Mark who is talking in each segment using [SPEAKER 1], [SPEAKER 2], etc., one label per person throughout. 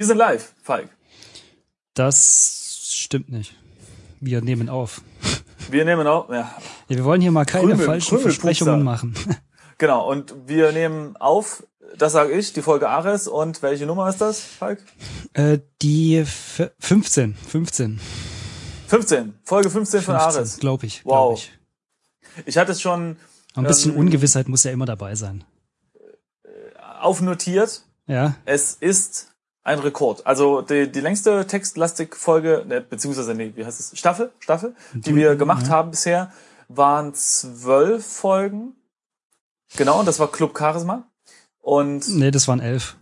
[SPEAKER 1] Wir sind live, Falk.
[SPEAKER 2] Das stimmt nicht. Wir nehmen auf.
[SPEAKER 1] Wir nehmen auch, ja,
[SPEAKER 2] Ja, wir wollen hier mal keine
[SPEAKER 1] Krümel-
[SPEAKER 2] falschen
[SPEAKER 1] Krümelpupser.
[SPEAKER 2] Versprechungen machen.
[SPEAKER 1] genau. Und wir nehmen auf, das sage ich, die Folge Ares. Und welche Nummer ist das, Falk?
[SPEAKER 2] Äh, die f- 15, 15.
[SPEAKER 1] 15. Folge 15 von
[SPEAKER 2] 15
[SPEAKER 1] Ares.
[SPEAKER 2] glaube ich.
[SPEAKER 1] Wow.
[SPEAKER 2] Glaub ich.
[SPEAKER 1] Ich hatte es schon
[SPEAKER 2] Aber Ein bisschen
[SPEAKER 1] Ähm,
[SPEAKER 2] Ungewissheit muss ja immer dabei sein.
[SPEAKER 1] aufnotiert.
[SPEAKER 2] Ja,
[SPEAKER 1] Es ist ein Rekord. Also die, die längste Textlastik-Folge, ne, beziehungsweise, nee, wie heißt es? Staffel, Staffel, die wir gemacht haben bisher, waren zwölf Folgen. Genau, und das war Club Charisma. Und
[SPEAKER 2] nee, das waren elf.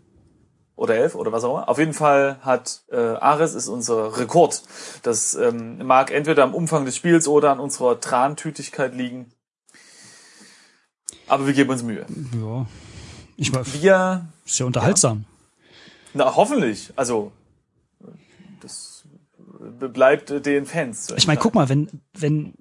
[SPEAKER 1] oder elf oder was auch immer. Auf jeden Fall hat äh, Ares ist unser Rekord. Das ähm, mag entweder am Umfang des Spiels oder an unserer Trantütigkeit liegen. Aber wir geben uns Mühe.
[SPEAKER 2] Ja. Ich war, ist
[SPEAKER 1] Wir,
[SPEAKER 2] ja unterhaltsam.
[SPEAKER 1] na hoffentlich, also das bleibt äh, den Fans. zu
[SPEAKER 2] Ich meine,
[SPEAKER 1] entscheiden.
[SPEAKER 2] guck mal, wenn, wenn,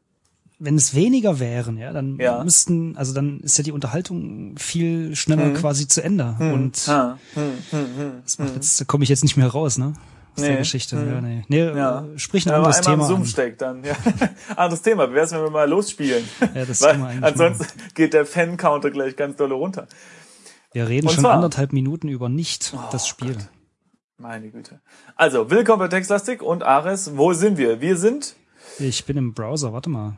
[SPEAKER 2] wenn es weniger wären, ja, dann
[SPEAKER 1] Ja.
[SPEAKER 2] müssten, also dann ist ja die Unterhaltung viel schneller
[SPEAKER 1] Mhm.
[SPEAKER 2] quasi zu Ende. Und
[SPEAKER 1] Ha. Hm, hm, hm.
[SPEAKER 2] das macht jetzt, da komme ich jetzt nicht mehr raus, ne? Aus
[SPEAKER 1] Nee. Mhm.
[SPEAKER 2] der Geschichte. Ja, nee. nee
[SPEAKER 1] Ja.
[SPEAKER 2] äh, Sprich ein
[SPEAKER 1] Wenn man
[SPEAKER 2] anderes
[SPEAKER 1] einmal im
[SPEAKER 2] Thema.
[SPEAKER 1] Zoom
[SPEAKER 2] an.
[SPEAKER 1] steckt, dann ja. anderes Thema. Wie wär's, wenn wir mal losspielen?
[SPEAKER 2] Ja, das
[SPEAKER 1] Weil
[SPEAKER 2] können wir eigentlich
[SPEAKER 1] ansonsten geht der Fan-Counter gleich ganz dolle runter.
[SPEAKER 2] Wir reden
[SPEAKER 1] Und
[SPEAKER 2] schon
[SPEAKER 1] zwar- Oh
[SPEAKER 2] anderthalb Minuten über nicht das Spiel.
[SPEAKER 1] Meine Güte. Also, willkommen bei Textlastik und Ares. Wo sind wir? Wir sind
[SPEAKER 2] Ich bin im Browser, warte mal.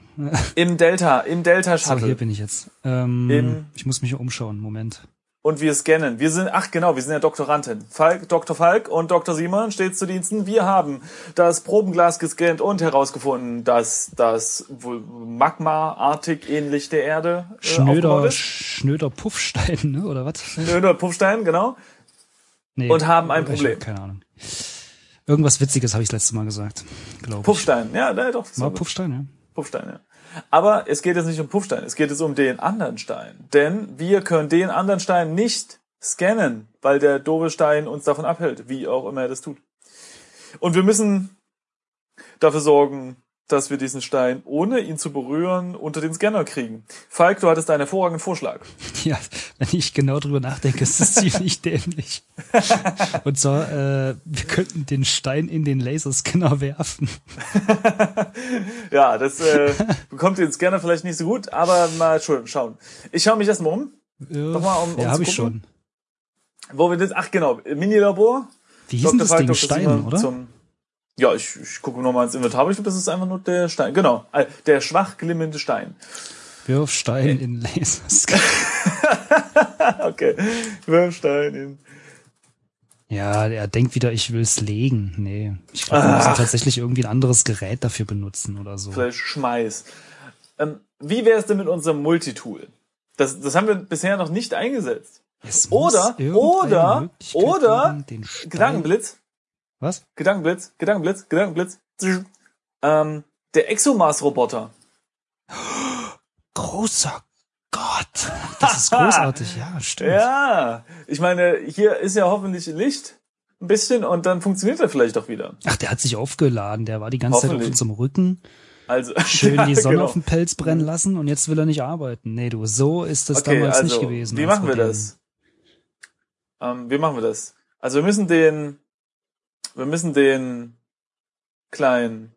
[SPEAKER 1] im Delta, im Delta
[SPEAKER 2] So, hier
[SPEAKER 1] Shuttle.
[SPEAKER 2] bin ich jetzt. Ähm,
[SPEAKER 1] Im-
[SPEAKER 2] ich muss mich hier umschauen, Moment.
[SPEAKER 1] und wir scannen. Wir sind, ach genau, wir sind ja Doktorandin. Falk, Dr. Falk und Dr. Simon stets zu Diensten. Wir haben das Probenglas gescannt und herausgefunden, dass das wohl magmaartig ähnlich der Erde äh, aufgebaut
[SPEAKER 2] Schnöder,
[SPEAKER 1] ist.
[SPEAKER 2] Schnöder Puffstein, ne? oder was?
[SPEAKER 1] Schnöder Puffstein, genau.
[SPEAKER 2] Nee,
[SPEAKER 1] Und haben ein
[SPEAKER 2] ich hab
[SPEAKER 1] Problem.
[SPEAKER 2] Keine Ahnung. Irgendwas Witziges habe ich letztes Mal gesagt, glaube ich.
[SPEAKER 1] Puffstein, ja, na, doch. so
[SPEAKER 2] War
[SPEAKER 1] gut.
[SPEAKER 2] Puffstein, ja.
[SPEAKER 1] Puffstein, ja. Aber es geht jetzt nicht um Puffstein, es geht jetzt um den anderen Stein. Denn wir können den anderen Stein nicht scannen, weil der doofe Stein uns davon abhält, wie auch immer er das tut. Und wir müssen dafür sorgen, dass wir diesen Stein, ohne ihn zu berühren, unter den Scanner kriegen. Falk, du hattest einen hervorragenden Vorschlag.
[SPEAKER 2] Ja, wenn ich genau drüber nachdenke, ist es ziemlich dämlich. Und zwar, äh, wir könnten den Stein in den Laserscanner werfen.
[SPEAKER 1] Ja, das äh, bekommt den Scanner vielleicht nicht so gut, aber mal schon schauen. Ich schaue mich erstmal um,
[SPEAKER 2] Doch
[SPEAKER 1] mal, um- um
[SPEAKER 2] ja,
[SPEAKER 1] zu
[SPEAKER 2] habe ich
[SPEAKER 1] gucken.
[SPEAKER 2] schon.
[SPEAKER 1] wo wir das, ach genau, Minilabor,
[SPEAKER 2] Wie hieß denn das
[SPEAKER 1] Falk,
[SPEAKER 2] Ding?
[SPEAKER 1] Dr.
[SPEAKER 2] Stein,
[SPEAKER 1] Simon
[SPEAKER 2] oder?
[SPEAKER 1] Zum ja, ich, ich gucke nochmal ins Inventar, aber ich glaube, das ist einfach nur der Stein. Genau, äh, der schwach glimmende Stein.
[SPEAKER 2] Wirf Stein in Laserscanner.
[SPEAKER 1] Okay, wirf Stein in.
[SPEAKER 2] Ja, er denkt wieder, ich will's legen. Nee, ich glaube, wir müssen tatsächlich irgendwie ein anderes Gerät dafür benutzen oder so.
[SPEAKER 1] Vielleicht Schmeiß. Ähm, wie wäre es denn mit unserem Multitool? Das, das haben wir bisher noch nicht eingesetzt.
[SPEAKER 2] Es
[SPEAKER 1] Oder-
[SPEAKER 2] muss irgendeine
[SPEAKER 1] oder-
[SPEAKER 2] Möglichkeit
[SPEAKER 1] oder
[SPEAKER 2] geben, den Stein,
[SPEAKER 1] Gedankenblitz,
[SPEAKER 2] Was?
[SPEAKER 1] Gedankenblitz, Gedankenblitz, Gedankenblitz. Tsch. Ähm, der ExoMars-Roboter.
[SPEAKER 2] Großer Gott. Das ist großartig. Ja, stimmt.
[SPEAKER 1] Ja, ich meine, hier ist ja hoffentlich Licht ein bisschen und dann funktioniert er vielleicht doch wieder.
[SPEAKER 2] Ach, der hat sich aufgeladen. Der war die ganze Zeit auf
[SPEAKER 1] Hoffentlich.
[SPEAKER 2] unserem Rücken.
[SPEAKER 1] Also
[SPEAKER 2] Schön
[SPEAKER 1] ja,
[SPEAKER 2] die Sonne
[SPEAKER 1] genau.
[SPEAKER 2] auf dem Pelz brennen lassen und jetzt will er nicht arbeiten. Nee, du, so ist das damals nicht gewesen.
[SPEAKER 1] also, Wie
[SPEAKER 2] als
[SPEAKER 1] machen wir
[SPEAKER 2] den-
[SPEAKER 1] das? Ähm, wie machen wir das? Also wir müssen den, wir müssen den kleinen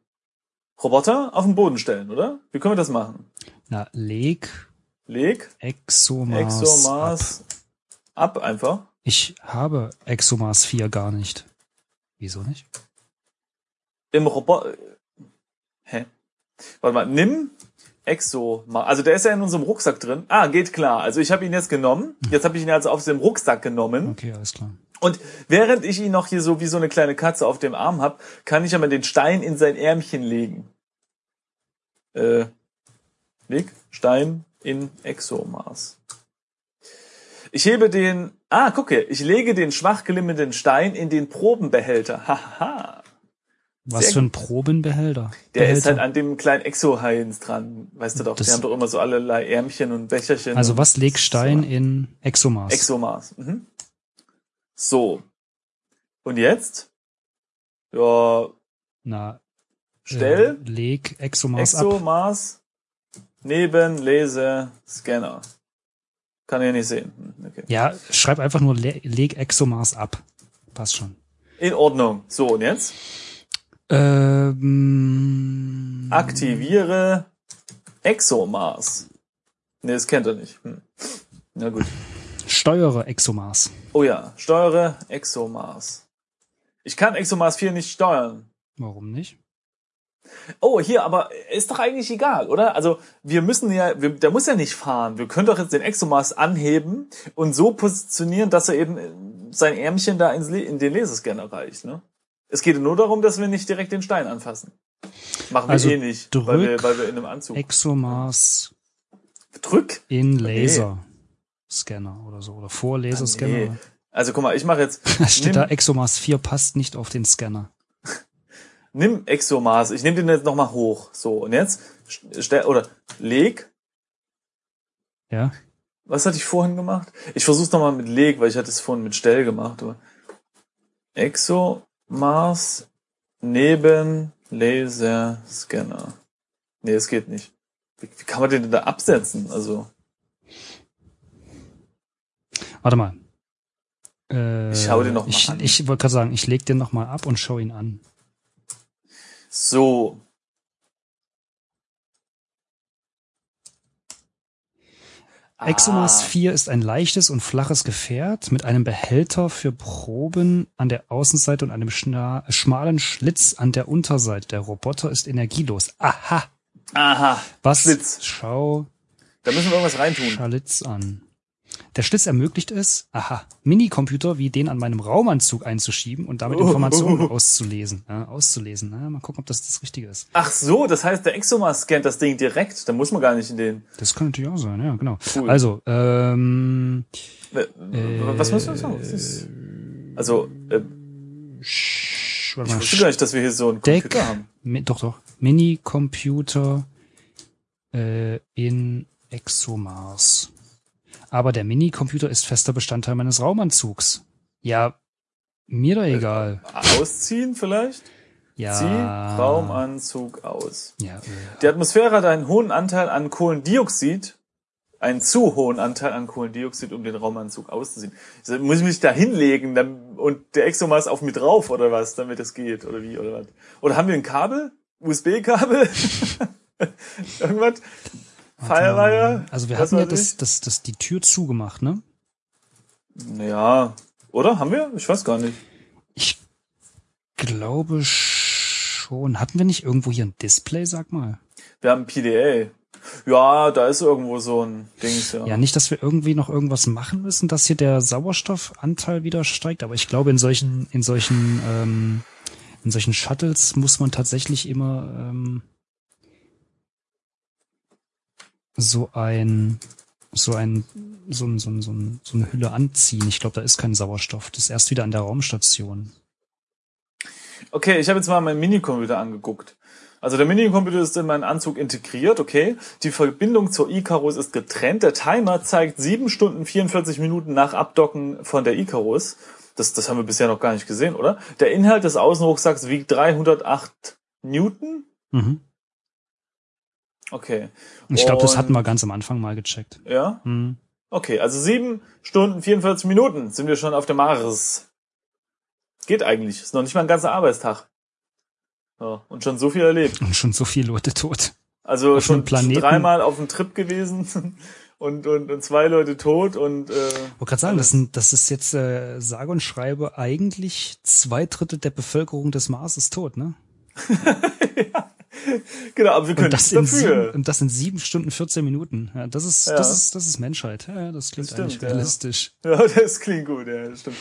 [SPEAKER 1] Roboter auf den Boden stellen, oder? Wie können wir das machen?
[SPEAKER 2] Na, leg
[SPEAKER 1] Leg
[SPEAKER 2] Exomars. ab.
[SPEAKER 1] Exomars ab. einfach.
[SPEAKER 2] Ich habe Exomars 4 gar nicht. Wieso nicht?
[SPEAKER 1] Im Roboter. Hä? Warte mal, nimm Exomars. Also der ist ja in unserem Rucksack drin. Ah, geht klar. Also ich habe ihn jetzt genommen.
[SPEAKER 2] Hm.
[SPEAKER 1] Jetzt habe ich ihn also aus dem Rucksack genommen.
[SPEAKER 2] Okay, alles klar.
[SPEAKER 1] Und während ich ihn noch hier so wie so eine kleine Katze auf dem Arm hab, kann ich aber den Stein in sein Ärmchen legen. Äh, leg Stein in Exomaß. Ich hebe den, ah, gucke, ich lege den schwach glimmenden Stein in den Probenbehälter. Haha.
[SPEAKER 2] Was
[SPEAKER 1] Sehr
[SPEAKER 2] für ein Probenbehälter?
[SPEAKER 1] Der ist
[SPEAKER 2] Behälter.
[SPEAKER 1] halt an dem kleinen Exo-Heinz dran. Weißt du doch,
[SPEAKER 2] Das-
[SPEAKER 1] die haben doch immer so allerlei Ärmchen und Becherchen.
[SPEAKER 2] also
[SPEAKER 1] und
[SPEAKER 2] was legt Stein
[SPEAKER 1] so.
[SPEAKER 2] in Exomars?
[SPEAKER 1] Exomaß. Mhm. So. Und jetzt? Ja,
[SPEAKER 2] Na,
[SPEAKER 1] Stell
[SPEAKER 2] Äh, leg Exomars
[SPEAKER 1] Exo
[SPEAKER 2] ab.
[SPEAKER 1] Mars neben Laser Scanner. Kann ich nicht sehen. Hm, Okay.
[SPEAKER 2] Ja, schreib einfach nur le leg Exomars ab. Passt schon.
[SPEAKER 1] In Ordnung. So, und jetzt?
[SPEAKER 2] Ähm,
[SPEAKER 1] Aktiviere ExoMars. Nee, das kennt er nicht. Hm. Na gut.
[SPEAKER 2] steuere Exomars.
[SPEAKER 1] Oh ja, steuere ExoMars. Ich kann ExoMars 4 nicht steuern.
[SPEAKER 2] Warum nicht?
[SPEAKER 1] Oh, hier, aber ist doch eigentlich egal, oder? Also, wir müssen ja, wir, der muss ja nicht fahren. Wir können doch jetzt den Exomas anheben und so positionieren, dass er eben äh, sein Ärmchen da ins, Le- in den Laserscanner reicht, ne? Es geht nur darum, dass wir nicht direkt den Stein anfassen. Machen wir
[SPEAKER 2] Also
[SPEAKER 1] eh nicht, weil wir,
[SPEAKER 2] drück-
[SPEAKER 1] weil wir in einem Anzug.
[SPEAKER 2] Exomars
[SPEAKER 1] Drück!
[SPEAKER 2] in Laser. Scanner oder so. Oder vor Laserscanner.
[SPEAKER 1] nee. Also, guck mal, ich mache jetzt,
[SPEAKER 2] Da steht da,
[SPEAKER 1] nimm,
[SPEAKER 2] Exomars 4 passt nicht auf den Scanner.
[SPEAKER 1] nimm Exomas. Ich nehme den jetzt nochmal hoch. So, und jetzt, stell, oder leg
[SPEAKER 2] Ja?
[SPEAKER 1] Was hatte ich vorhin gemacht? Ich versuch's nochmal mit Leg, weil ich hatte es vorhin mit Stell gemacht. Aber Exo, Mars, neben Laser, Scanner. Nee, es geht nicht. Wie, wie kann man den denn da absetzen? Also,
[SPEAKER 2] Warte mal. Äh,
[SPEAKER 1] Ich schau den noch mal
[SPEAKER 2] ich,
[SPEAKER 1] an.
[SPEAKER 2] Ich wollte gerade sagen, ich lege den nochmal ab und schau ihn an.
[SPEAKER 1] so.
[SPEAKER 2] Exomas
[SPEAKER 1] Ah,
[SPEAKER 2] 4 ist ein leichtes und flaches Gefährt mit einem Behälter für Proben an der Außenseite und einem schna- schmalen Schlitz an der Unterseite. Der Roboter ist energielos. Aha.
[SPEAKER 1] Ah. Aha,
[SPEAKER 2] Was?
[SPEAKER 1] Schlitz.
[SPEAKER 2] Schau
[SPEAKER 1] da müssen wir irgendwas reintun.
[SPEAKER 2] Schlitz an. Der Schlitz ermöglicht es, aha, Minicomputer wie den an meinem Raumanzug einzuschieben und damit
[SPEAKER 1] Oh.
[SPEAKER 2] Informationen auszulesen. Ja, auszulesen. Ja, mal gucken, ob das das Richtige ist.
[SPEAKER 1] Ach so, das heißt, der Exomas scannt das Ding direkt. Da muss man gar nicht in den.
[SPEAKER 2] Das kann natürlich auch sein, ja, genau.
[SPEAKER 1] Cool.
[SPEAKER 2] Also, ähm,
[SPEAKER 1] Äh, was müssen wir sagen? Was ist- Also, äh,
[SPEAKER 2] sch, warte
[SPEAKER 1] ich
[SPEAKER 2] mal,
[SPEAKER 1] wusste gar nicht, dass wir hier so einen
[SPEAKER 2] Deck.
[SPEAKER 1] Computer haben.
[SPEAKER 2] Mi- doch, doch. Minicomputer äh, in Exomars. Aber der Minicomputer ist fester Bestandteil meines Raumanzugs. Ja, mir
[SPEAKER 1] Äh,
[SPEAKER 2] doch egal.
[SPEAKER 1] Ausziehen vielleicht?
[SPEAKER 2] Ja.
[SPEAKER 1] Zieh Raumanzug aus.
[SPEAKER 2] Ja, äh,
[SPEAKER 1] Die Atmosphäre hat einen hohen Anteil an Kohlendioxid, einen zu hohen Anteil an Kohlendioxid, um den Raumanzug auszuziehen. Also, muss ich mich da hinlegen dann, und der Exomas auf mir drauf oder was, damit das geht oder wie oder was? Oder haben wir ein Kabel? USB-Kabel? Irgendwas?
[SPEAKER 2] warte mal.
[SPEAKER 1] Firewire?
[SPEAKER 2] Also wir
[SPEAKER 1] Was
[SPEAKER 2] hatten ja
[SPEAKER 1] weiß
[SPEAKER 2] das, das, das, die Tür zugemacht, ne?
[SPEAKER 1] ich? Ja. Oder? Haben wir? Ich weiß gar nicht.
[SPEAKER 2] Ich glaube schon. Hatten wir nicht irgendwo hier ein Display, sag mal?
[SPEAKER 1] Wir haben PDA. Ja, da ist irgendwo so ein Dings, ja.
[SPEAKER 2] Ja, nicht, dass wir irgendwie noch irgendwas machen müssen, dass hier der Sauerstoffanteil wieder steigt, aber ich glaube, in solchen, in solchen, ähm, in solchen Shuttles muss man tatsächlich immer ähm, so ein, so ein, so, ein, so, ein, so, ein, so eine Hülle anziehen. Ich glaube, da ist kein Sauerstoff. Das ist erst wieder an der Raumstation.
[SPEAKER 1] Okay, ich habe jetzt mal meinen Minicomputer angeguckt. Also der Minicomputer ist in meinen Anzug integriert, okay. Die Verbindung zur Icarus ist getrennt. Der Timer zeigt 7 Stunden 44 Minuten nach Abdocken von der Icarus. Das, das haben wir bisher noch gar nicht gesehen, oder? Der Inhalt des Außenrucksacks wiegt 308 Newton.
[SPEAKER 2] Mhm.
[SPEAKER 1] Okay,
[SPEAKER 2] Ich glaube, das hatten
[SPEAKER 1] Und-
[SPEAKER 2] wir ganz am Anfang mal gecheckt.
[SPEAKER 1] ja.
[SPEAKER 2] Mhm.
[SPEAKER 1] Okay, also 7 Stunden 44 Minuten sind wir schon auf dem Mars. Geht eigentlich. Ist noch nicht mal ein ganzer Arbeitstag. Ja, und schon so viel erlebt.
[SPEAKER 2] Und schon so viele Leute tot.
[SPEAKER 1] Also
[SPEAKER 2] Auf
[SPEAKER 1] schon,
[SPEAKER 2] einem Planeten.
[SPEAKER 1] schon dreimal auf dem Trip gewesen und, und, und zwei Leute tot und äh,
[SPEAKER 2] wollte gerade sagen, das, sind, das ist jetzt äh, sage und schreibe eigentlich zwei Drittel der Bevölkerung des Mars ist tot, ne?
[SPEAKER 1] genau, aber wir können
[SPEAKER 2] Und das,
[SPEAKER 1] nichts
[SPEAKER 2] in sieben,
[SPEAKER 1] dafür.
[SPEAKER 2] und das in sieben Stunden 14 Minuten. Ja, das ist,
[SPEAKER 1] Ja.
[SPEAKER 2] das ist, das ist Menschheit. Ja, das klingt
[SPEAKER 1] Das stimmt,
[SPEAKER 2] eigentlich
[SPEAKER 1] ja.
[SPEAKER 2] realistisch.
[SPEAKER 1] Ja, das klingt gut, ja, das stimmt.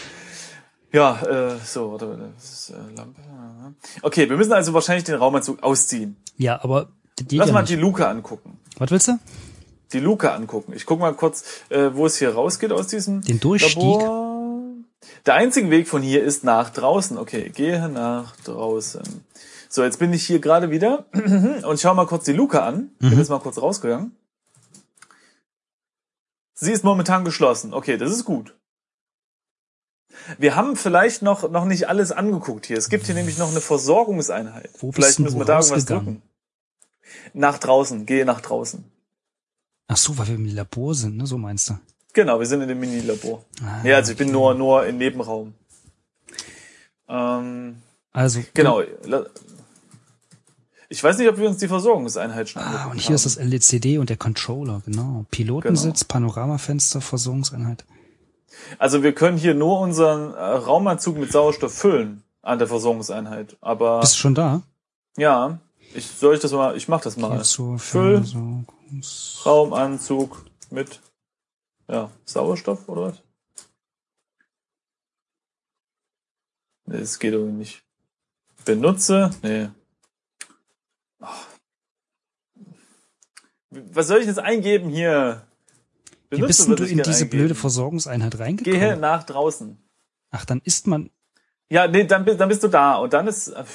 [SPEAKER 1] Ja, äh, so, warte, warte, das ist äh, Lampe. aha. Okay, wir müssen also wahrscheinlich den Raumanzug ausziehen.
[SPEAKER 2] Ja, aber das geht
[SPEAKER 1] Lass
[SPEAKER 2] ja
[SPEAKER 1] mal
[SPEAKER 2] nicht.
[SPEAKER 1] die Luke angucken.
[SPEAKER 2] Was willst du?
[SPEAKER 1] Die Luke angucken. Ich guck mal kurz, äh, wo es hier rausgeht aus diesem
[SPEAKER 2] Den Durchstieg?
[SPEAKER 1] Labor. Der einzige Weg von hier ist nach draußen. Okay, gehe nach draußen. So, jetzt bin ich hier gerade wieder und schau mal kurz die Luke an.
[SPEAKER 2] Mhm.
[SPEAKER 1] Bin jetzt mal kurz rausgegangen. Sie ist momentan geschlossen. Okay, das ist gut. Wir haben vielleicht noch, noch nicht alles angeguckt hier. Es gibt hier nämlich noch eine Versorgungseinheit.
[SPEAKER 2] Wo bist
[SPEAKER 1] vielleicht
[SPEAKER 2] denn
[SPEAKER 1] müssen wir
[SPEAKER 2] du
[SPEAKER 1] da irgendwas
[SPEAKER 2] rausgegangen?
[SPEAKER 1] drücken. Nach draußen, gehe nach draußen.
[SPEAKER 2] Ach so, weil wir im Labor sind, ne? So meinst du.
[SPEAKER 1] Genau, wir sind in dem Mini-Labor.
[SPEAKER 2] Ah,
[SPEAKER 1] Ja, also ich bin nur, nur im Nebenraum. Ähm,
[SPEAKER 2] Also,
[SPEAKER 1] genau. La- Ich weiß nicht, ob wir uns die Versorgungseinheit schon
[SPEAKER 2] Ah,
[SPEAKER 1] angeguckt
[SPEAKER 2] und hier ist das
[SPEAKER 1] haben.
[SPEAKER 2] LCD und der Controller, genau. Pilotensitz, Panoramafenster, Versorgungseinheit.
[SPEAKER 1] Ah. Also wir können hier nur unseren äh, Raumanzug mit Sauerstoff füllen an der Versorgungseinheit. Aber
[SPEAKER 2] Bist du schon da?
[SPEAKER 1] ja, ich soll ich das mal, ich mach das mal.
[SPEAKER 2] Hier zur
[SPEAKER 1] Füll.
[SPEAKER 2] Versorgungs-
[SPEAKER 1] Raumanzug mit ja, Sauerstoff oder was? Nee, das geht irgendwie nicht. Benutze? Nee. Ach. Was soll ich jetzt eingeben hier?
[SPEAKER 2] Wie bist denn
[SPEAKER 1] würde
[SPEAKER 2] du
[SPEAKER 1] ich
[SPEAKER 2] in
[SPEAKER 1] gerne
[SPEAKER 2] diese blöde
[SPEAKER 1] eingeben.
[SPEAKER 2] Versorgungseinheit reingekommen?
[SPEAKER 1] Gehe nach draußen.
[SPEAKER 2] Ach, dann ist man.
[SPEAKER 1] Ja, nee, dann, bi- dann bist du da. Und dann ist. äh,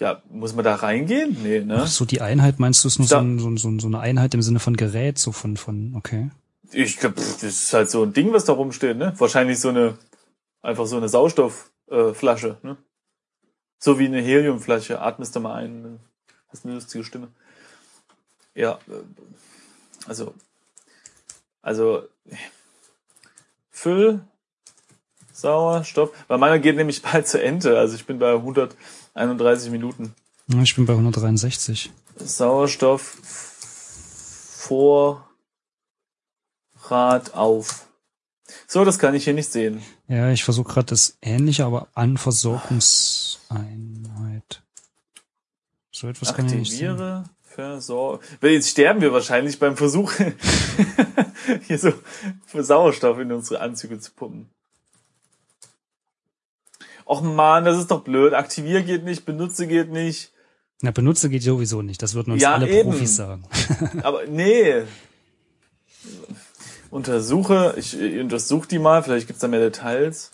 [SPEAKER 1] Ja, muss man da reingehen? Nee, ne?
[SPEAKER 2] Ach so, die Einheit meinst du, ist nur so,
[SPEAKER 1] Da-
[SPEAKER 2] ein, so, ein- so, ein- so eine Einheit im Sinne von Gerät, so von, von, okay.
[SPEAKER 1] Ich glaube, das ist halt so ein Ding, was da rumsteht, ne? Wahrscheinlich so eine, einfach so eine Sauerstoffflasche, äh, Flasche, ne? So wie eine Heliumflasche. Atmest du mal ein, ne? hast eine lustige Stimme. Ja, äh, also, also, äh, Füll, Sauerstoff. Bei meiner geht nämlich bald zu Ende. Also ich bin bei 131 Minuten.
[SPEAKER 2] Na, Ich bin bei 163.
[SPEAKER 1] Sauerstoff Vorrat auf. So, das kann ich hier nicht sehen.
[SPEAKER 2] Ja, ich versuche gerade das Ähnliche, aber an Versorgungseinheit. So etwas kann ich nicht sehen.
[SPEAKER 1] Aktiviere Versorgung. Jetzt sterben wir wahrscheinlich beim Versuch, hier so Sauerstoff in unsere Anzüge zu pumpen. Och man, das ist doch blöd. Aktivier geht nicht, benutze geht nicht.
[SPEAKER 2] Na, Benutzer geht sowieso nicht. Das würden uns
[SPEAKER 1] Ja,
[SPEAKER 2] alle
[SPEAKER 1] eben.
[SPEAKER 2] Profis sagen.
[SPEAKER 1] Aber nee. Untersuche, ich äh, untersuche die mal, vielleicht gibt's da mehr Details.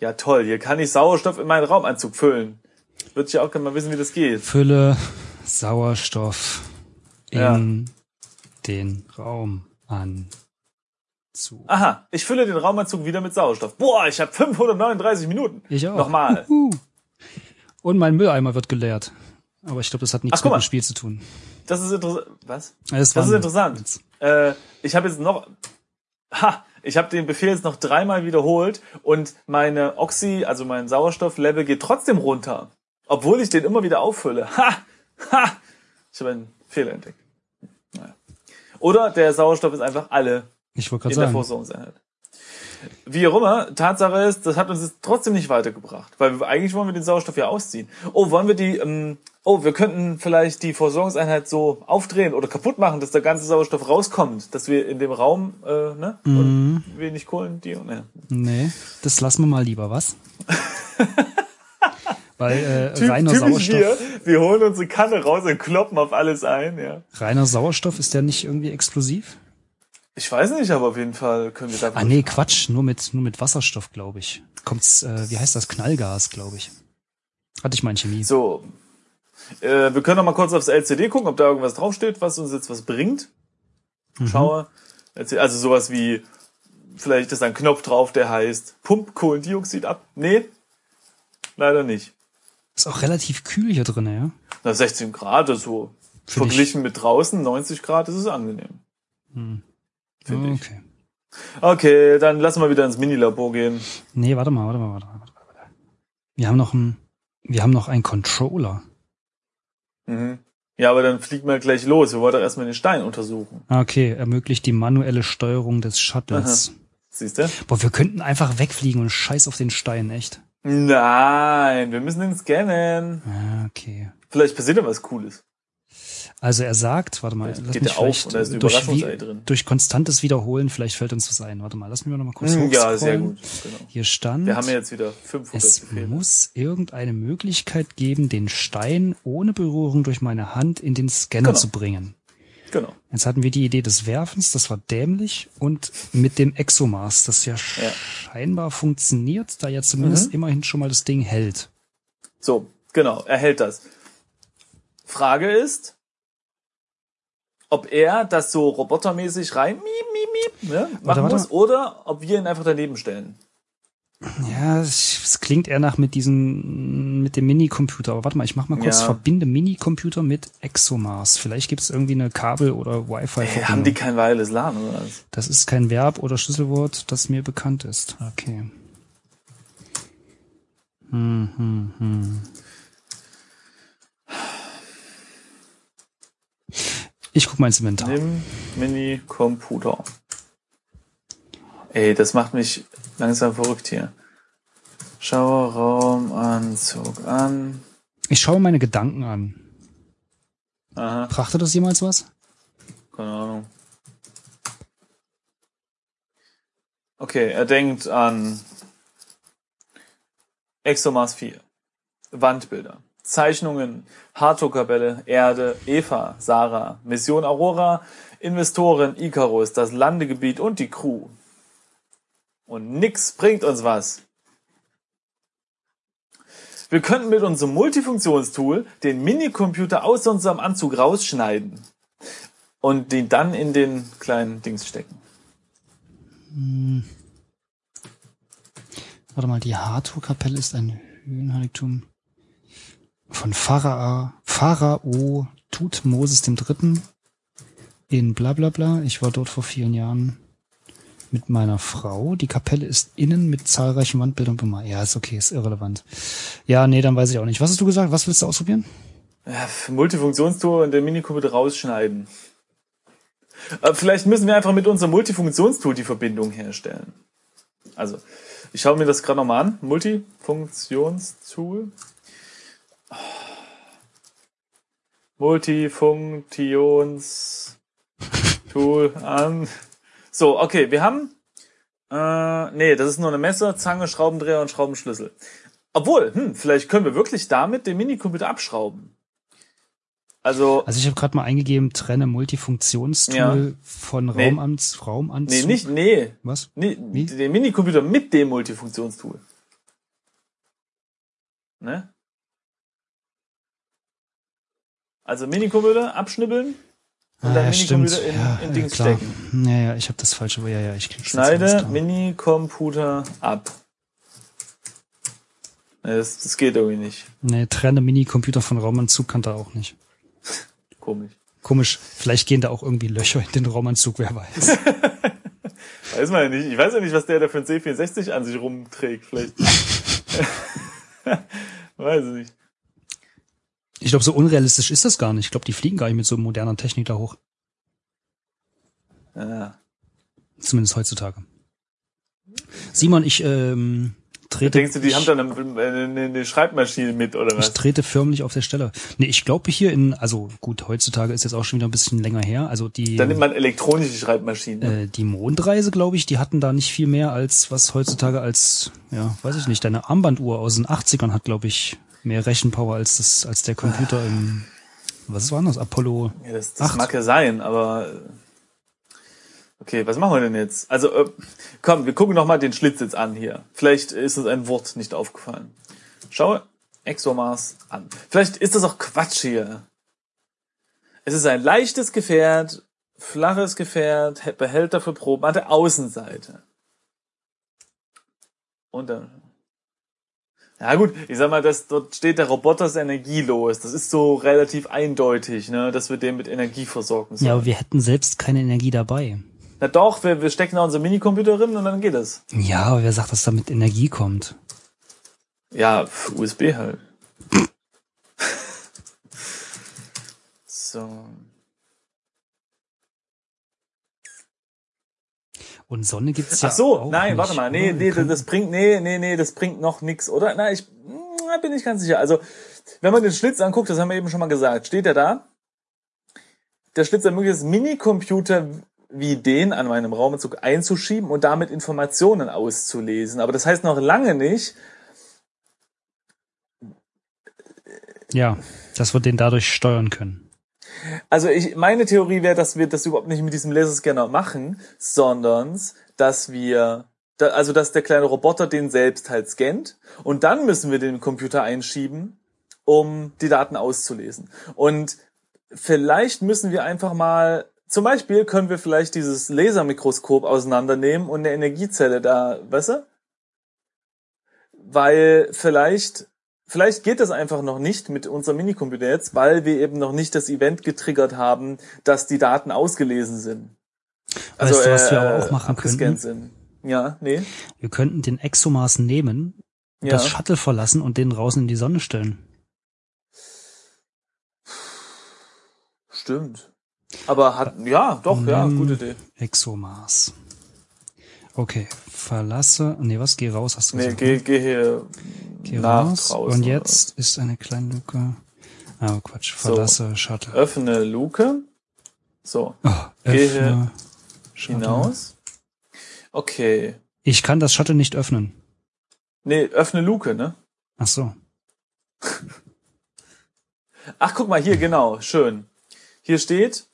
[SPEAKER 1] Ja, toll, hier kann ich Sauerstoff in meinen Raumanzug füllen. Würde ich ja auch gerne mal wissen, wie das geht.
[SPEAKER 2] Fülle Sauerstoff in
[SPEAKER 1] Ja.
[SPEAKER 2] den Raum an. Zu.
[SPEAKER 1] Aha, ich fülle den Raumanzug wieder mit Sauerstoff. Boah, ich habe 539 Minuten.
[SPEAKER 2] Ich auch.
[SPEAKER 1] Nochmal.
[SPEAKER 2] Juhu. Und mein Mülleimer wird geleert. Aber ich glaube, das hat nichts
[SPEAKER 1] Ach, guck
[SPEAKER 2] mit dem
[SPEAKER 1] mal.
[SPEAKER 2] Spiel zu tun.
[SPEAKER 1] Das ist interessant. Was?
[SPEAKER 2] Das,
[SPEAKER 1] Das ist
[SPEAKER 2] war-
[SPEAKER 1] interessant. Äh, ich habe jetzt noch. Ha! Ich habe den Befehl jetzt noch dreimal wiederholt und meine Oxy, also mein Sauerstofflevel, geht trotzdem runter. Obwohl ich den immer wieder auffülle. Ha! Ha! Ich habe einen Fehler entdeckt. Naja. Oder der Sauerstoff ist einfach alle
[SPEAKER 2] Ich wollte gerade
[SPEAKER 1] in der
[SPEAKER 2] sagen.
[SPEAKER 1] Vorsorgungseinheit. Wie auch immer, Tatsache ist, das hat uns jetzt trotzdem nicht weitergebracht, weil wir, eigentlich wollen wir den Sauerstoff ja ausziehen. Oh, wollen wir die, ähm, oh, wir könnten vielleicht die Versorgungseinheit so aufdrehen oder kaputt machen, dass der ganze Sauerstoff rauskommt, dass wir in dem Raum, äh, ne,
[SPEAKER 2] Mhm.
[SPEAKER 1] und wenig Kohlen, die, ne.
[SPEAKER 2] Nee, das lassen wir mal lieber, was? Weil äh,
[SPEAKER 1] Typ-
[SPEAKER 2] reiner
[SPEAKER 1] Typisch
[SPEAKER 2] Sauerstoff,
[SPEAKER 1] wir, wir holen unsere Kanne raus und kloppen auf alles ein, ja.
[SPEAKER 2] reiner Sauerstoff ist der nicht irgendwie explosiv?
[SPEAKER 1] Ich weiß nicht, aber auf jeden Fall können wir da,
[SPEAKER 2] Ah nee, Quatsch, nur mit nur mit Wasserstoff, glaube ich. Kommt's äh, wie heißt das Knallgas, glaube ich. Hatte ich mal in Chemie.
[SPEAKER 1] so. Äh, wir können noch mal kurz aufs LCD gucken, ob da irgendwas draufsteht, was uns jetzt was bringt.
[SPEAKER 2] Mhm.
[SPEAKER 1] schaue. Erzähl- Also sowas wie, vielleicht ist ein Knopf drauf, der heißt Pump Kohlendioxid ab. Nee, leider nicht.
[SPEAKER 2] Ist auch relativ kühl hier drin, ja.
[SPEAKER 1] Na, 16 Grad ist so.
[SPEAKER 2] Für dich.
[SPEAKER 1] Verglichen mit draußen, 90 Grad, ist es angenehm.
[SPEAKER 2] Hm.
[SPEAKER 1] Finde ich.
[SPEAKER 2] okay.
[SPEAKER 1] Okay, dann lassen wir wieder ins Minilabor gehen.
[SPEAKER 2] Nee, warte mal, warte mal, warte mal, warte mal. warte mal. Wir haben noch ein wir haben noch einen Controller.
[SPEAKER 1] Mhm. Ja, aber dann fliegt man gleich los. Wir wollen doch erstmal den Stein untersuchen.
[SPEAKER 2] Ah, Okay, ermöglicht die manuelle Steuerung des Shuttles.
[SPEAKER 1] Siehst du?
[SPEAKER 2] Boah, wir könnten einfach wegfliegen und scheiß auf den Stein, echt.
[SPEAKER 1] Nein, wir müssen ihn scannen.
[SPEAKER 2] Ah, Okay.
[SPEAKER 1] Vielleicht passiert da was Cooles.
[SPEAKER 2] Also er sagt, warte mal,
[SPEAKER 1] Vielleicht
[SPEAKER 2] lass
[SPEAKER 1] geht
[SPEAKER 2] mich
[SPEAKER 1] der auf
[SPEAKER 2] vielleicht
[SPEAKER 1] und da ist ein
[SPEAKER 2] durch, wie-
[SPEAKER 1] Überraschungsei drin.
[SPEAKER 2] durch konstantes Wiederholen, vielleicht fällt uns was ein. Warte mal, lass mich mal noch mal kurz
[SPEAKER 1] Hm, Ja, sehr
[SPEAKER 2] hochscrollen.
[SPEAKER 1] gut. Genau.
[SPEAKER 2] Hier stand,
[SPEAKER 1] Wir haben ja jetzt wieder 500
[SPEAKER 2] es
[SPEAKER 1] Befehle.
[SPEAKER 2] muss irgendeine Möglichkeit geben, den Stein ohne Berührung durch meine Hand in den Scanner
[SPEAKER 1] Genau.
[SPEAKER 2] zu bringen.
[SPEAKER 1] Genau.
[SPEAKER 2] Jetzt hatten wir die Idee des Werfens, das war dämlich, und mit dem Exomaß, das ja,
[SPEAKER 1] Ja.
[SPEAKER 2] scheinbar funktioniert, da ja zumindest immerhin schon mal das Ding hält.
[SPEAKER 1] So, genau, er hält das. Frage ist, ob er das so robotermäßig rein miep, miep, miep, ne, machen
[SPEAKER 2] Warte, warte.
[SPEAKER 1] muss oder ob wir ihn einfach daneben stellen.
[SPEAKER 2] Ja, es es klingt eher nach mit diesem, mit dem Minicomputer. Aber warte mal, ich mach mal kurz,
[SPEAKER 1] Ja.
[SPEAKER 2] verbinde Minicomputer mit Exomars. Vielleicht gibt's irgendwie eine Kabel- oder
[SPEAKER 1] Ey, haben die
[SPEAKER 2] Wi-Fi-Verbindung.
[SPEAKER 1] kein wireless LAN oder was?
[SPEAKER 2] Das ist kein Verb oder Schlüsselwort, das mir bekannt ist. Okay. Hm, hm, hm. Ich guck mal ins Inventar.
[SPEAKER 1] Nimm Mini-Computer. Ey, das macht mich langsam verrückt hier. Schauerraumanzug an.
[SPEAKER 2] Ich schaue meine Gedanken an.
[SPEAKER 1] Aha,
[SPEAKER 2] Brachte das jemals was?
[SPEAKER 1] keine Ahnung. Okay, er denkt an Exomas 4. Wandbilder. Zeichnungen, Hartdruckkapelle, Erde, Eva, Sarah, Mission Aurora, Investoren, Icarus, das Landegebiet und die Crew. Und nix bringt uns was. Wir könnten mit unserem Multifunktionstool den Minicomputer aus unserem Anzug rausschneiden und den dann in den kleinen Dings stecken.
[SPEAKER 2] Warte mal, die Hathor-Kapelle ist ein Höhenheiligtum von Pharao, Pharao Tutmosis III. in bla bla bla. Ich war dort vor vielen Jahren mit meiner Frau. Die Kapelle ist innen mit zahlreichen Wandbildern bemalt. Ja, ist okay, ist irrelevant. Ja, nee, dann weiß ich auch nicht. Was hast du gesagt? Was willst du ausprobieren?
[SPEAKER 1] Äh, Multifunktionstool und den Minicomputer rausschneiden. Äh, Vielleicht müssen wir einfach mit unserem Multifunktionstool die Verbindung herstellen. Also, ich schaue mir das gerade nochmal an. Multifunktionstool. Multifunktionstool an. So, okay, wir haben. Äh, nee, das ist nur eine Messer, Zange, Schraubendreher und Schraubenschlüssel. Obwohl, hm, vielleicht können wir wirklich damit den Minicomputer abschrauben. Also,
[SPEAKER 2] Also ich habe gerade mal eingegeben, trenne Multifunktionstool
[SPEAKER 1] Ja.
[SPEAKER 2] von
[SPEAKER 1] Nee.
[SPEAKER 2] Raumanz, Raumanzug.
[SPEAKER 1] nee, nicht, nee,
[SPEAKER 2] Was?
[SPEAKER 1] Nee,
[SPEAKER 2] Wie?
[SPEAKER 1] den Minicomputer mit dem Multifunktionstool. Ne? Also Minicomputer abschnibbeln
[SPEAKER 2] Ah,
[SPEAKER 1] und dann Minicomputer in, in Dings
[SPEAKER 2] klar.
[SPEAKER 1] stecken.
[SPEAKER 2] Ja, ja, ich habe das falsche. Ja, ja, ich krieg's jetzt, alles
[SPEAKER 1] Schneide
[SPEAKER 2] klar.
[SPEAKER 1] Minicomputer ab. Ne, das, das geht irgendwie nicht.
[SPEAKER 2] Nee, trenne Minicomputer von Raumanzug kann da auch nicht.
[SPEAKER 1] Komisch.
[SPEAKER 2] Komisch, vielleicht gehen da auch irgendwie Löcher in den Raumanzug, wer weiß.
[SPEAKER 1] Weiß man ja nicht. Ich weiß ja nicht, was der da für ein C64 an sich rumträgt. Vielleicht. weiß ich nicht.
[SPEAKER 2] Ich glaube, so unrealistisch ist das gar nicht. Ich glaube, die fliegen gar nicht mit so moderner Technik da hoch.
[SPEAKER 1] Ah.
[SPEAKER 2] Zumindest heutzutage. Simon, ich ähm, trete.
[SPEAKER 1] Denkst du, die
[SPEAKER 2] ich,
[SPEAKER 1] haben da eine, eine, eine Schreibmaschine mit oder
[SPEAKER 2] Ich
[SPEAKER 1] was?
[SPEAKER 2] trete förmlich auf der Stelle. Nee, ich glaube hier in, also gut, heutzutage ist jetzt auch schon wieder ein bisschen länger her. Also die,
[SPEAKER 1] Dann nimmt man elektronische Schreibmaschinen.
[SPEAKER 2] äh, die Mondreise, glaube ich, die hatten da nicht viel mehr als was heutzutage als, ja, weiß ich nicht, deine Armbanduhr aus den 80ern hat, glaube ich, mehr Rechenpower als das, als der Computer im, was war denn das, Apollo?
[SPEAKER 1] Ja, das das
[SPEAKER 2] Äh. Acht.
[SPEAKER 1] mag ja sein, aber äh, okay, was machen wir denn jetzt? Also äh, komm, wir gucken noch mal den Schlitz jetzt an hier. Vielleicht ist uns ein Wort nicht aufgefallen. Schau ExoMars an. Vielleicht ist das auch Quatsch hier. Es ist ein leichtes Gefährt, flaches Gefährt, He- Behälter für Proben an der Außenseite. Und dann ja gut, ich sag mal, das, dort steht der Roboter ist energielos. Das ist so relativ eindeutig, ne, dass wir den mit Energie versorgen sollen.
[SPEAKER 2] Ja, aber wir hätten selbst keine Energie dabei.
[SPEAKER 1] Na doch, wir, wir stecken da unseren Minicomputer drin und dann geht das.
[SPEAKER 2] Ja, aber wer sagt, dass da mit Energie kommt?
[SPEAKER 1] Ja, pf, USB halt. so.
[SPEAKER 2] Und Sonne gibt's ja
[SPEAKER 1] Ach so,
[SPEAKER 2] auch
[SPEAKER 1] nein,
[SPEAKER 2] Oh, nicht,
[SPEAKER 1] warte mal. Nee,
[SPEAKER 2] oder? Wir
[SPEAKER 1] nee, das
[SPEAKER 2] können-
[SPEAKER 1] das bringt, nee, nee, nee, das bringt noch nix, oder? Na, ich mm, da bin ich ganz sicher. Also, wenn man den Schlitz anguckt, das haben wir eben schon mal gesagt, steht er da. Der Schlitz ermöglicht es, Minicomputer wie den an meinem Raumanzug einzuschieben und damit Informationen auszulesen. Aber das heißt noch lange nicht,
[SPEAKER 2] Ja, dass wir den dadurch steuern können.
[SPEAKER 1] Also ich, meine Theorie wäre, dass wir das überhaupt nicht mit diesem Laserscanner machen, sondern dass wir, da, also dass der kleine Roboter den selbst halt scannt und dann müssen wir den Computer einschieben, um die Daten auszulesen. Und vielleicht müssen wir einfach mal, zum Beispiel können wir vielleicht dieses Lasermikroskop auseinandernehmen und eine Energiezelle da, weißt du? Weil vielleicht Vielleicht geht das einfach noch nicht mit unserem Minicomputer jetzt, weil wir eben noch nicht das Event getriggert haben, dass die Daten ausgelesen sind. Äh,
[SPEAKER 2] Weißt du, was wir aber auch machen
[SPEAKER 1] abgescannt
[SPEAKER 2] könnten?
[SPEAKER 1] Sind. Ja, nee.
[SPEAKER 2] Wir könnten den Exomaß nehmen,
[SPEAKER 1] Ja.
[SPEAKER 2] das Shuttle verlassen und den draußen in die Sonne stellen.
[SPEAKER 1] Stimmt. Aber hat, ja, doch, ja,
[SPEAKER 2] Mm.
[SPEAKER 1] gute Idee.
[SPEAKER 2] ExoMars. Okay, verlasse. Nee, was? Geh raus, hast du
[SPEAKER 1] Nee,
[SPEAKER 2] gesagt. ne?
[SPEAKER 1] geh, geh hier
[SPEAKER 2] also Geh
[SPEAKER 1] nach
[SPEAKER 2] raus.
[SPEAKER 1] draußen.
[SPEAKER 2] Und jetzt ist eine kleine Luke. Ah, Quatsch.
[SPEAKER 1] So. Äh,
[SPEAKER 2] Verlasse Shuttle.
[SPEAKER 1] Öffne Luke. So,
[SPEAKER 2] Oh,
[SPEAKER 1] Gehe
[SPEAKER 2] öffne Shuttle.
[SPEAKER 1] hinaus. Okay.
[SPEAKER 2] Ich kann das Shuttle nicht öffnen.
[SPEAKER 1] Nee, öffne Luke, ne?
[SPEAKER 2] Ach so.
[SPEAKER 1] Ach, guck mal hier, genau, schön. Hier steht,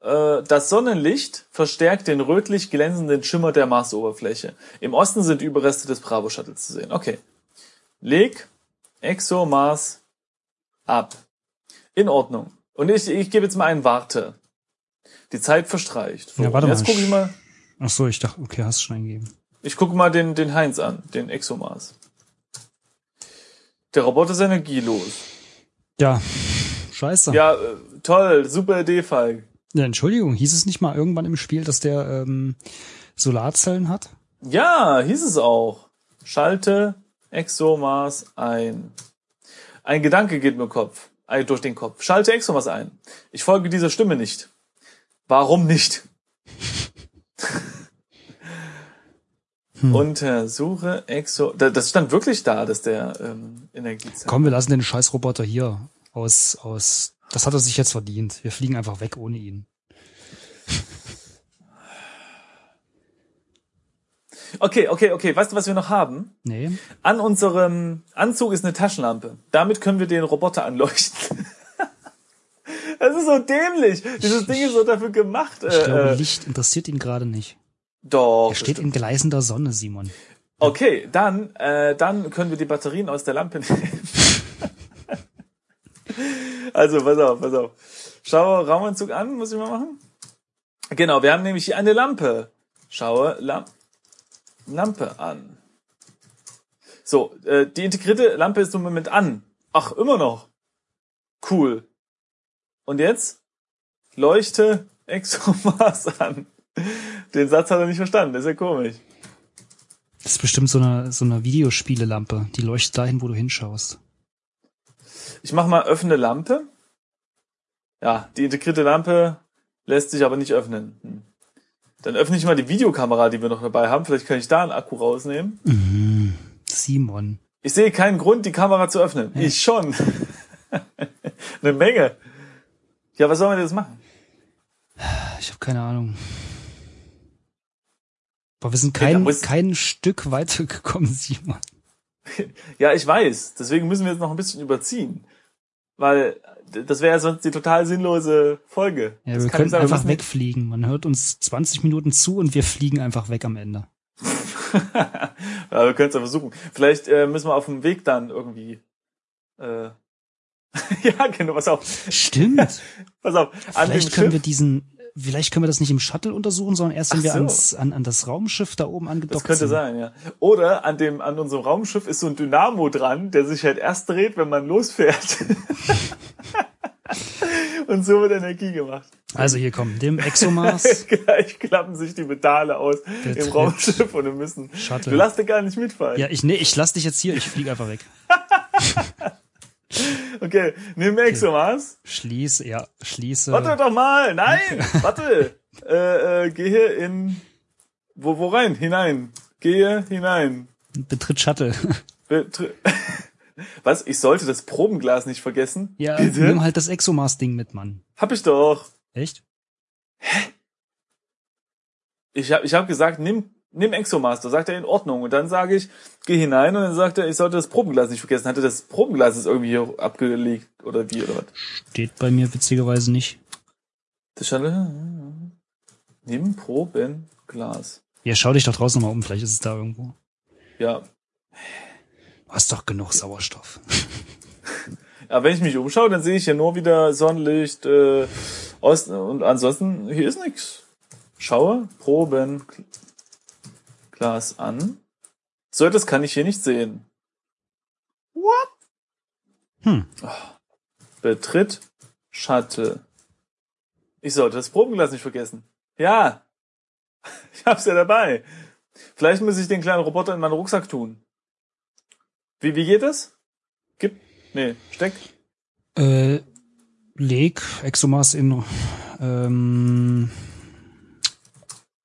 [SPEAKER 1] äh, das Sonnenlicht verstärkt den rötlich glänzenden Schimmer der Marsoberfläche. Im Osten sind Überreste des Bravo-Shuttles zu sehen. Okay. Leg ExoMars ab. In Ordnung. Und ich, ich gebe jetzt mal einen Warte. Die Zeit verstreicht. So,
[SPEAKER 2] Ja, warte
[SPEAKER 1] und jetzt
[SPEAKER 2] mal.
[SPEAKER 1] gucke ich mal,
[SPEAKER 2] Ach so, ich dachte, okay, hast du schon eingegeben.
[SPEAKER 1] ich gucke mal den, den Heinz an, den ExoMars. Der Roboter ist energielos.
[SPEAKER 2] Ja, scheiße. Ja.
[SPEAKER 1] Ja, äh, toll, super Idee, Falk.
[SPEAKER 2] Entschuldigung, hieß es nicht mal irgendwann im Spiel, dass der ähm, Solarzellen hat?
[SPEAKER 1] Ja, hieß es auch. Schalte Exomas ein. Ein Gedanke geht mir Kopf, äh, durch den Kopf. Schalte Exomas ein. Ich folge dieser Stimme nicht. Warum nicht?
[SPEAKER 2] Hm.
[SPEAKER 1] Untersuche Exo. Da, das stand wirklich da, dass der ähm, Energiezeit.
[SPEAKER 2] Komm, wir lassen den Scheißroboter hier aus, aus. Das hat er sich jetzt verdient. Wir fliegen einfach weg ohne ihn.
[SPEAKER 1] Okay, okay, okay. Weißt du, was wir noch haben?
[SPEAKER 2] Nee.
[SPEAKER 1] An unserem Anzug ist eine Taschenlampe. Damit können wir den Roboter anleuchten. Das ist so dämlich. Dieses Ding ist so dafür gemacht.
[SPEAKER 2] Ich glaube,
[SPEAKER 1] äh, äh,
[SPEAKER 2] Licht interessiert ihn gerade nicht.
[SPEAKER 1] Doch.
[SPEAKER 2] Er steht in gleißender Sonne, Simon.
[SPEAKER 1] Okay, dann, äh, dann können wir die Batterien aus der Lampe nehmen. also, pass auf, pass auf. Schaue Raumanzug an, muss ich mal machen. Genau, wir haben nämlich hier eine Lampe. Schaue Lam Lampe an. So, äh, die integrierte Lampe ist im Moment an. Ach, immer noch. Cool. Und jetzt leuchte Exomas an. Den Satz hat er nicht verstanden, ist ja komisch.
[SPEAKER 2] Das ist bestimmt so eine, so eine Videospielelampe. Die leuchtet dahin, wo du hinschaust.
[SPEAKER 1] Ich mach mal öffne Lampe. Ja, die integrierte Lampe lässt sich aber nicht öffnen. Hm. Dann öffne ich mal die Videokamera, die wir noch dabei haben. Vielleicht kann ich da einen Akku rausnehmen.
[SPEAKER 2] Mhm. Simon.
[SPEAKER 1] Ich sehe keinen Grund, die Kamera zu öffnen. Ich schon. Eine Menge. Ja, was soll man jetzt machen?
[SPEAKER 2] Ich habe keine Ahnung. Boah, wir sind
[SPEAKER 1] Hey, da
[SPEAKER 2] kein,
[SPEAKER 1] muss-
[SPEAKER 2] kein Stück weiter gekommen, Simon.
[SPEAKER 1] Ja, ich weiß. Deswegen müssen wir jetzt noch ein bisschen überziehen. Weil d- das wäre ja sonst die total sinnlose Folge.
[SPEAKER 2] Ja,
[SPEAKER 1] das
[SPEAKER 2] wir
[SPEAKER 1] kann
[SPEAKER 2] können
[SPEAKER 1] ich sagen, wir
[SPEAKER 2] einfach
[SPEAKER 1] machen-
[SPEAKER 2] wegfliegen. Man hört uns 20 Minuten zu und wir fliegen einfach weg am Ende.
[SPEAKER 1] ja, wir können es ja versuchen. Vielleicht äh, müssen wir auf dem Weg dann irgendwie. Äh, ja, genau, pass auf.
[SPEAKER 2] Stimmt.
[SPEAKER 1] Pass auf. An dem
[SPEAKER 2] Vielleicht können wir
[SPEAKER 1] Schiff,
[SPEAKER 2] diesen, vielleicht können wir das nicht im Shuttle untersuchen, sondern erst, wenn
[SPEAKER 1] Ach
[SPEAKER 2] wir
[SPEAKER 1] so.
[SPEAKER 2] ans, an, an das Raumschiff da oben angedockt
[SPEAKER 1] das könnte
[SPEAKER 2] sind.
[SPEAKER 1] sein, ja. Oder an dem, an unserem Raumschiff ist so ein Dynamo dran, der sich halt erst dreht, wenn man losfährt. Und so wird Energie gemacht.
[SPEAKER 2] Also hier kommen, dem ExoMars,
[SPEAKER 1] Gleich klappen sich die Pedale aus
[SPEAKER 2] Der
[SPEAKER 1] im
[SPEAKER 2] tritt.
[SPEAKER 1] Raumschiff und wir müssen.
[SPEAKER 2] Shuttle.
[SPEAKER 1] Du lass dir gar nicht mitfallen.
[SPEAKER 2] ja, ich, nee, ich lass dich jetzt hier, ich fliege einfach weg.
[SPEAKER 1] Okay, nimm Exomas.
[SPEAKER 2] Schließe, ja, schließe.
[SPEAKER 1] Warte doch mal, nein, warte. Äh, äh, gehe in wo wo rein? Hinein. Gehe hinein.
[SPEAKER 2] Betritt Shuttle.
[SPEAKER 1] Betr- Was? Ich sollte das Probenglas nicht vergessen.
[SPEAKER 2] Ja, nimm
[SPEAKER 1] Bitte?
[SPEAKER 2] halt das ExoMars-Ding mit, Mann.
[SPEAKER 1] Hab ich doch.
[SPEAKER 2] Echt?
[SPEAKER 1] Ich hab ich hab gesagt, nimm nimm Exomaster, sagt er in Ordnung und dann sage ich, geh hinein und dann sagt er, ich sollte das Probenglas nicht vergessen. Hatte das Probenglas ist irgendwie hier abgelegt oder wie oder was?
[SPEAKER 2] Steht bei mir witzigerweise nicht.
[SPEAKER 1] Das Schale. Nimm Probenglas.
[SPEAKER 2] Ja, schau dich doch draußen nochmal um, vielleicht ist es da irgendwo.
[SPEAKER 1] Ja,
[SPEAKER 2] Du hast doch genug Sauerstoff.
[SPEAKER 1] Aber wenn ich mich umschaue, dann sehe ich hier nur wieder Sonnenlicht, äh, Osten und ansonsten, hier ist nichts. Schaue, Proben, Gl- Glas an. So etwas kann ich hier nicht sehen. What? Ah.
[SPEAKER 2] Hm.
[SPEAKER 1] Betritt, Shuttle. Ich sollte das Probenglas nicht vergessen. Ja. Ich hab's ja dabei. Vielleicht muss ich den kleinen Roboter in meinen Rucksack tun. Wie, wie geht es? Gib? Nee, steck?
[SPEAKER 2] Äh, leg Exomas in ähm,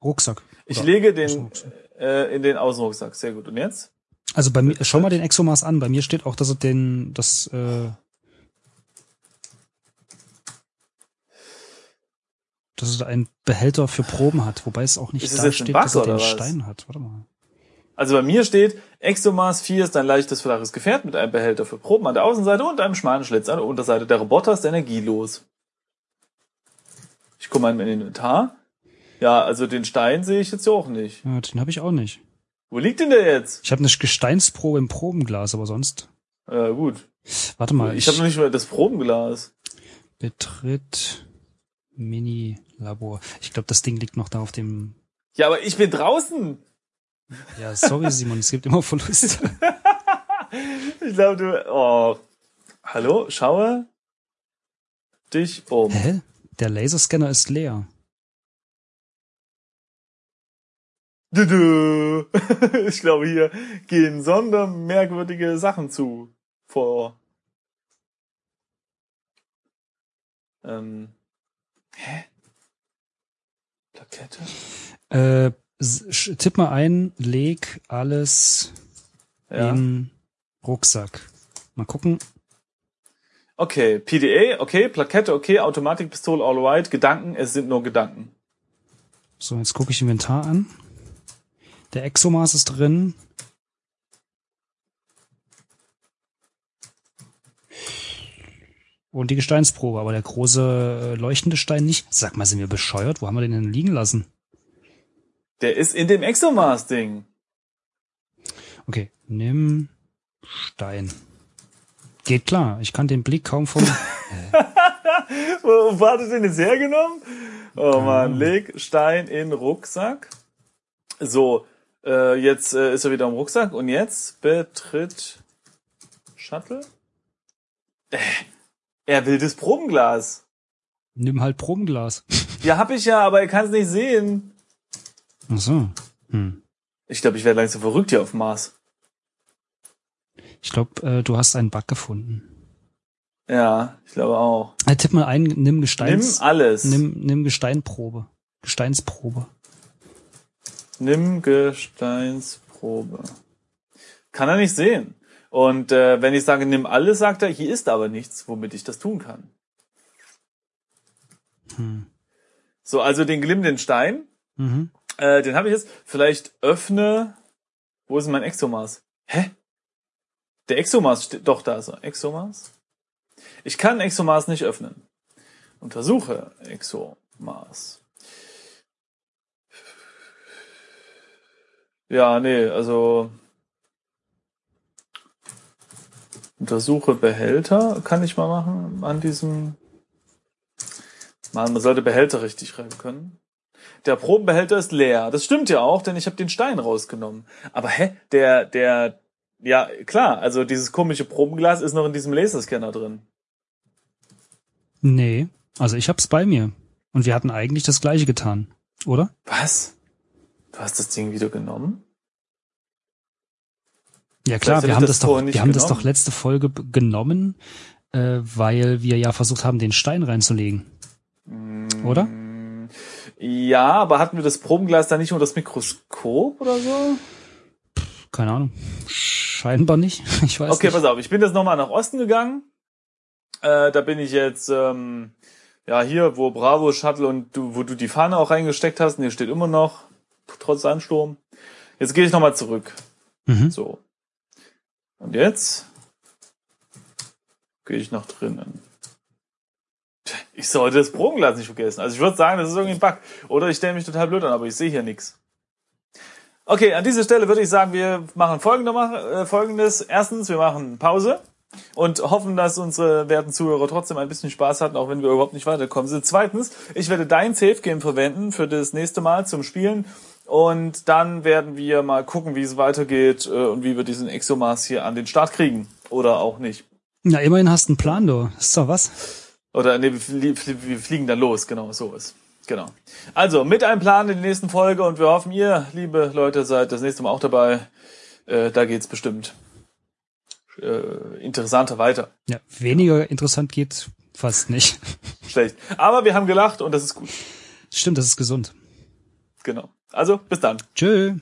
[SPEAKER 2] Rucksack.
[SPEAKER 1] Ich
[SPEAKER 2] Oder
[SPEAKER 1] lege den
[SPEAKER 2] Außenrucksack.
[SPEAKER 1] äh, in den Außenrucksack. Sehr gut. Und jetzt?
[SPEAKER 2] Also bei mir, schau mal den Exomas an. Bei mir steht auch, dass er den, das, äh, dass er einen Behälter für Proben hat, wobei es auch nicht
[SPEAKER 1] Ist es
[SPEAKER 2] da
[SPEAKER 1] jetzt ein
[SPEAKER 2] steht,
[SPEAKER 1] Bug
[SPEAKER 2] dass er
[SPEAKER 1] oder
[SPEAKER 2] den
[SPEAKER 1] was?
[SPEAKER 2] Stein hat. Warte mal.
[SPEAKER 1] Also bei mir steht, ExoMars 4 ist ein leichtes, flaches Gefährt mit einem Behälter für Proben an der Außenseite und einem schmalen Schlitz an der Unterseite. Der Roboter ist energielos. Ich gucke mal in mein Inventar. Ja, also den Stein sehe ich jetzt ja auch nicht.
[SPEAKER 2] Ja, den habe ich auch nicht.
[SPEAKER 1] Wo liegt denn der jetzt?
[SPEAKER 2] Ich habe eine Gesteinsprobe im Probenglas, aber sonst.
[SPEAKER 1] Ja, gut.
[SPEAKER 2] Warte mal.
[SPEAKER 1] Ich habe noch nicht mal das Probenglas.
[SPEAKER 2] Betritt Mini-Labor. Ich glaube, das Ding liegt noch da auf dem.
[SPEAKER 1] Ja, aber ich bin draußen.
[SPEAKER 2] Ja, sorry, Simon, es gibt immer Verluste.
[SPEAKER 1] Ich glaube, du. Oh. Hallo, schaue dich um.
[SPEAKER 2] Hä? Der Laserscanner ist leer.
[SPEAKER 1] Dudu. Ich glaube, hier gehen sondermerkwürdige Sachen zu vor. Ähm. Hä? Plakette?
[SPEAKER 2] Äh, s- sch- tipp mal ein, leg alles
[SPEAKER 1] Ja.
[SPEAKER 2] in Rucksack. Mal gucken.
[SPEAKER 1] Okay, PDA, okay, Plakette, okay, Automatikpistole, all right, Gedanken, es sind nur Gedanken.
[SPEAKER 2] So, jetzt gucke ich Inventar an. Der Exomaß ist drin. Und die Gesteinsprobe, aber der große äh, leuchtende Stein nicht. Sag mal, sind wir bescheuert? Wo haben wir den denn liegen lassen?
[SPEAKER 1] Der ist in dem Exomaß-Ding.
[SPEAKER 2] Okay, nimm Stein. Geht klar, ich kann den Blick kaum vom.
[SPEAKER 1] Wo, wo hat es denn jetzt hergenommen? Oh
[SPEAKER 2] Keine
[SPEAKER 1] man,
[SPEAKER 2] Ahnung.
[SPEAKER 1] leg Stein in Rucksack. So, äh, jetzt äh, ist er wieder im Rucksack und jetzt betritt Shuttle. Äh, er will das Probenglas.
[SPEAKER 2] nimm halt Probenglas.
[SPEAKER 1] Ja, hab ich ja, aber er kann es nicht sehen.
[SPEAKER 2] Ach so. Hm.
[SPEAKER 1] Ich glaube, ich werde langsam verrückt hier auf Mars.
[SPEAKER 2] Ich glaube, äh, du hast einen Bug gefunden.
[SPEAKER 1] Ja, ich glaube auch.
[SPEAKER 2] Äh, tipp mal ein, nimm
[SPEAKER 1] Nimm
[SPEAKER 2] Gesteins.
[SPEAKER 1] alles. Nimm,
[SPEAKER 2] Nimm, nimm Gesteinprobe. Gesteinsprobe.
[SPEAKER 1] Gesteinsprobe. Kann er nicht sehen. Und äh, wenn ich sage, nimm alles, sagt er, hier ist aber nichts, womit ich das tun kann.
[SPEAKER 2] Hm.
[SPEAKER 1] So, also den glimmenden Stein,
[SPEAKER 2] Mhm.
[SPEAKER 1] äh, den habe ich jetzt. Vielleicht öffne. Wo ist denn mein Exomas? Hä? Der Exomas steht. Doch, da ist er. Exomas. Ich kann Exomas nicht öffnen. Untersuche Exomas. Ja, nee, also. Untersuche Behälter kann ich mal machen an diesem. Mann, man sollte Behälter richtig schreiben können. Der Probenbehälter ist leer. Das stimmt ja auch, denn ich habe den Stein rausgenommen. Aber hä, der, der, ja klar, also dieses komische Probenglas ist noch in diesem Laserscanner drin.
[SPEAKER 2] Nee, also ich hab's bei mir. Und wir hatten eigentlich das gleiche getan, oder?
[SPEAKER 1] Was? Du hast das Ding wieder genommen?
[SPEAKER 2] Ja klar,
[SPEAKER 1] Vielleicht hab
[SPEAKER 2] wir
[SPEAKER 1] ich
[SPEAKER 2] haben
[SPEAKER 1] das
[SPEAKER 2] das, doch,
[SPEAKER 1] vorher nicht
[SPEAKER 2] wir haben das
[SPEAKER 1] genommen.
[SPEAKER 2] doch letzte Folge b- genommen, äh, weil wir ja versucht haben, den Stein reinzulegen. Oder?
[SPEAKER 1] Mm, Ja, aber hatten wir das Probenglas da nicht unter das Mikroskop oder so?
[SPEAKER 2] Keine Ahnung. Scheinbar nicht. Ich weiß
[SPEAKER 1] okay,
[SPEAKER 2] nicht.
[SPEAKER 1] pass auf, ich bin jetzt nochmal nach Osten gegangen. Äh, da bin ich jetzt, ähm, ja, hier, wo Bravo, Shuttle und du, wo du die Fahne auch reingesteckt hast, und die steht immer noch, trotz Ansturm. Jetzt gehe ich nochmal zurück.
[SPEAKER 2] Mhm.
[SPEAKER 1] So. Und jetzt gehe ich nach drinnen. Tja, Ich sollte das Probenglas nicht vergessen. Also ich würde sagen, das ist irgendwie ein Bug. Oder ich stelle mich total blöd an, aber ich sehe hier nichts. Okay, an dieser Stelle würde ich sagen, wir machen folgende, Mach- äh, folgendes. Erstens, wir machen Pause und hoffen, dass unsere werten Zuhörer trotzdem ein bisschen Spaß hatten, auch wenn wir überhaupt nicht weitergekommen sind. Zweitens, ich werde dein Safe Game verwenden für das nächste Mal zum Spielen und dann werden wir mal gucken, wie es weitergeht äh, und wie wir diesen Exomas hier an den Start kriegen oder auch nicht.
[SPEAKER 2] Na, immerhin hast du einen Plan, du. Ist doch was.
[SPEAKER 1] Oder nee, wir, flie flie- wir fliegen dann los, genau, so ist. Genau. Also, mit einem Plan in der nächsten Folge und wir hoffen, ihr, liebe Leute, seid das nächste Mal auch dabei. Äh, da geht's bestimmt äh, interessanter weiter.
[SPEAKER 2] Ja, weniger interessant geht fast nicht.
[SPEAKER 1] Schlecht. Aber wir haben gelacht und das ist gut.
[SPEAKER 2] Stimmt, das ist gesund.
[SPEAKER 1] Genau. Also, bis dann.
[SPEAKER 2] Tschö.